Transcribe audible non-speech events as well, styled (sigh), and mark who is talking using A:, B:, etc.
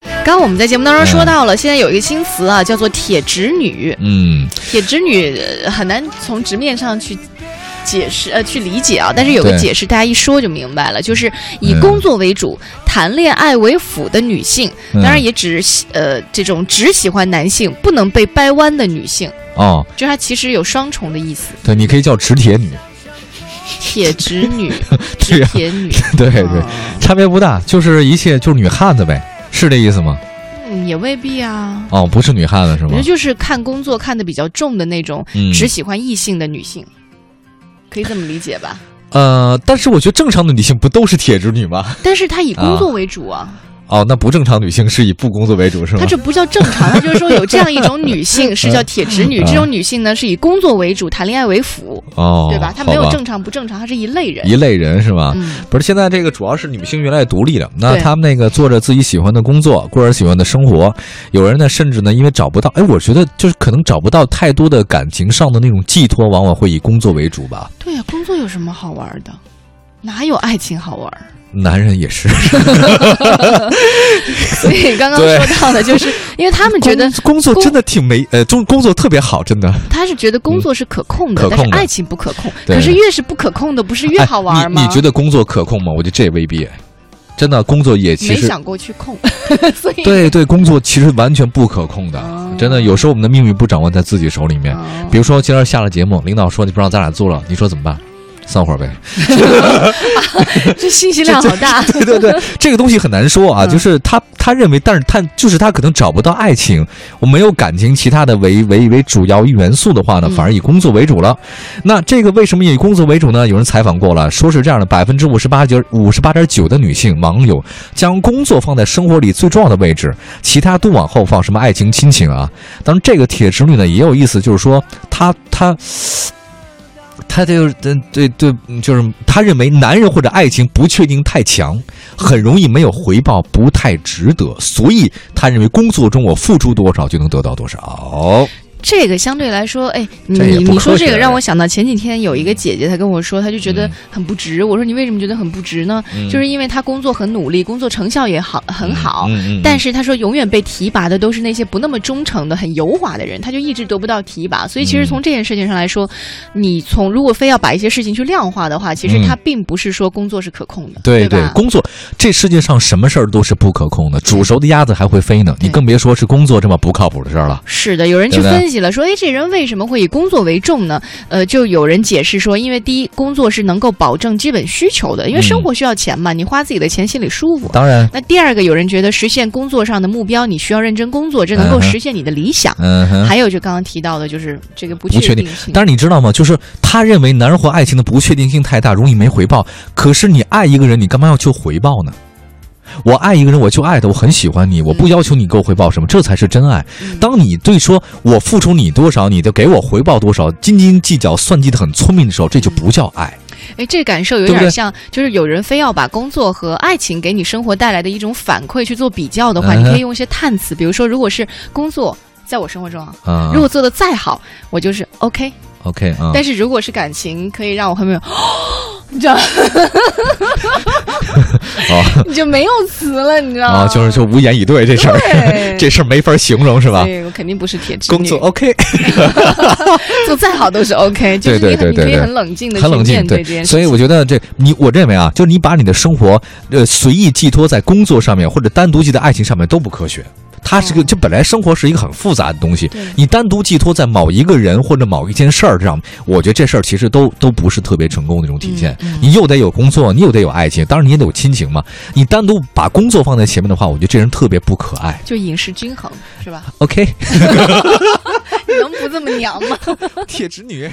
A: 刚刚我们在节目当中说到了，现在有一个新词啊，叫做“铁直女
B: 嗯”。
A: 铁直女呃很难从直面上去解释呃去理解啊，但是有个
B: 对
A: 解释，大家一说就明白了，就是以
B: 嗯
A: 工作为主、谈恋爱为辅的女性，
B: 嗯
A: 当然也只喜呃这种只喜欢男性、不能被掰弯的女性，
B: 哦，
A: 就它其实有双重的意思。
B: 对，你可以叫直铁女， (laughs)
A: 铁直女，
B: 对
A: 直
B: 呀
A: 铁女，
B: 对对，
A: 啊
B: 差别不大，就是一切就是女汉子呗，是这意思吗？
A: 嗯也未必啊。
B: 哦，不是女汉子是
A: 我觉
B: 吗
A: 得？就是看工作看的比较重的那种，
B: 嗯
A: 只喜欢异性的女性，可以这么理解吧？
B: 呃，但是我觉得正常的女性不都是铁直女吗？
A: 但是她以工作为主啊，
B: 哦，那不正常女性是以不工作为主是吗
A: 她？这不叫正常，她就是说有这样一种女性是叫铁直女，
B: 啊
A: 这种女性呢是以工作为主，谈恋爱为辅，
B: 哦，
A: 对吧？她没有
B: 好吧
A: 正常不正常，她是一类人。
B: 一类人是吧？
A: 嗯，
B: 不是，现在这个主要是女性越来越独立了。那
A: 对
B: 她们那个做着自己喜欢的工作，过着喜欢的生活。有人呢，甚至呢，因为找不到，哎，我觉得就是可能找不到太多的感情上的那种寄托，往往会以工作为主吧。
A: 对呀、工作有什么好玩的？哪有爱情好玩？
B: 男人也
A: (laughs)
B: 是，(laughs)
A: 所以刚刚
B: 对
A: 说到的，就是因为他们觉得
B: 工工作真的挺没，呃，中工作特别好，真的。
A: 他是觉得工作是可控的，
B: 可控
A: 但是
B: 的
A: 爱情不可控。
B: 对
A: 可是越是不可控的，不是越
B: 哎
A: 好玩吗？
B: 你你觉得工作可控吗？我觉得这也未必，真的工作也其
A: 没
B: 实
A: 想过去控， (laughs) 所以
B: 对对，工作其实完全不可控的，
A: 哦
B: 真的。有时候我们的命运不掌握在自己手里面。
A: 哦
B: 比如说今儿下了节目，领导说你不让咱俩做了，你说怎么办？散伙呗。
A: (laughs) 这信息量好大。
B: 对对对，这个东西很难说啊，
A: 嗯
B: 就是他他认为，但是他就是他可能找不到爱情，我没有感情，其他的为为为主要元素的话呢，
A: 嗯
B: 反而以工作为主了。那这个为什么以工作为主呢？有人采访过了，说是这样的，百分之五十八九五十八点九的女性网友将工作放在生活里最重要的位置，其他都往后放，什么爱情、亲情啊。当然，这个铁直女呢也有意思，就是说她她。她就是对对对，就是她认为男人或者爱情不确定太强，很容易没有回报，不太值得，所以他认为工作中我付出多少就能得到多少。
A: 这个相对来说，哎，你
B: 这也不
A: 你说
B: 科
A: 这
B: 学啊
A: 个让我想到前几天有一个姐姐，她跟我说，她就觉得
B: 嗯
A: 很不值。我说你为什么觉得很不值呢？就是因为她工作很努力，工作成效也好很好。
B: 嗯
A: 但
B: 是
A: 是她说，永远被提拔的都是那些不那么忠诚的、很油滑的人，她就一直得不到提拔。所以，其实
B: 嗯
A: 从这件事情上来说，你从如果非要把一些事情去量化的话，其实
B: 嗯
A: 它并不是说工作是可控的，
B: 对
A: 吧？
B: 工作这世界上什么事儿都是不可控的，煮熟的鸭子还会飞呢，
A: 对
B: 你更别说是工作这么不靠谱的事儿了。
A: 是的，有人去
B: 对不对
A: 分析了，说，哎，这人为什么会以工作为重呢？呃，就有人解释说，因为第一，工作是能够保证基本需求的，因为
B: 嗯
A: 生活需要钱嘛，你花自己的钱心里舒服。
B: 当然，
A: 那第二个，有人觉得实现工作上的目标，你需要认真工作，这能够
B: 嗯哼
A: 实现你的理想。
B: 嗯哼。
A: 还有就刚刚提到的，就是这个不
B: 不确
A: 确
B: 定
A: 定性。嗯
B: 但是你知道吗？就是他认为男人或爱情的不确定性太大，容易没回报。可是你爱一个人，你干嘛要求回报呢？我爱一个人，我就爱他，我很喜欢你，我不要求你给我回报什么，这才是真爱。啊
A: 嗯
B: 当你对说我付出你多少，你就给我回报多少，斤斤计较、算计的很聪明的时候，这就不叫爱。
A: 哎，这感受有
B: 对不
A: 点
B: 对
A: 像，就是有人非要把工作和爱情给你生活带来的一种反馈去做比较的话，
B: 嗯
A: 你
B: 哼
A: 可以用一些叹词，比如说，如果是工作在我生活中啊，
B: 啊、
A: 如果做的再好，我就是 OK。
B: OK 啊、
A: 但是如果是感情，可以让我后面， (gasps) 你
B: (laughs)
A: 知道，
B: 哦
A: (laughs) 你就没有词了，你知道吗？
B: 啊，就是就无言以对这事儿，
A: 呃对
B: (laughs) 这事儿没法形容是吧？
A: 对，我肯定不是铁直女，
B: 工作哦 OK，
A: 做再好都是 OK，就是你
B: 对
A: 很
B: 对
A: 你可以
B: 对对
A: 很冷静的
B: 很冷静
A: 面这件事情。
B: 所以我觉得这你我认为啊，就是你把你的生活呃随意寄托在工作上面或者单独寄在爱情上面都不科学。它是个，
A: 哦
B: 就本来生活是一个很复杂的东西
A: 对，嗯
B: 你单独寄托在某一个人或者某一件事儿上，我觉得这事儿其实都都不是特别成功的一种体现。
A: 嗯嗯
B: 你又得有工作，你又得有爱情，当然你也得有亲情嘛。你单独把工作放在前面的话，我觉得这人特别不可爱。
A: 就饮食均衡
B: (laughs)
A: 是吧？
B: OK，
A: 你能不这么娘吗？
B: 铁直女。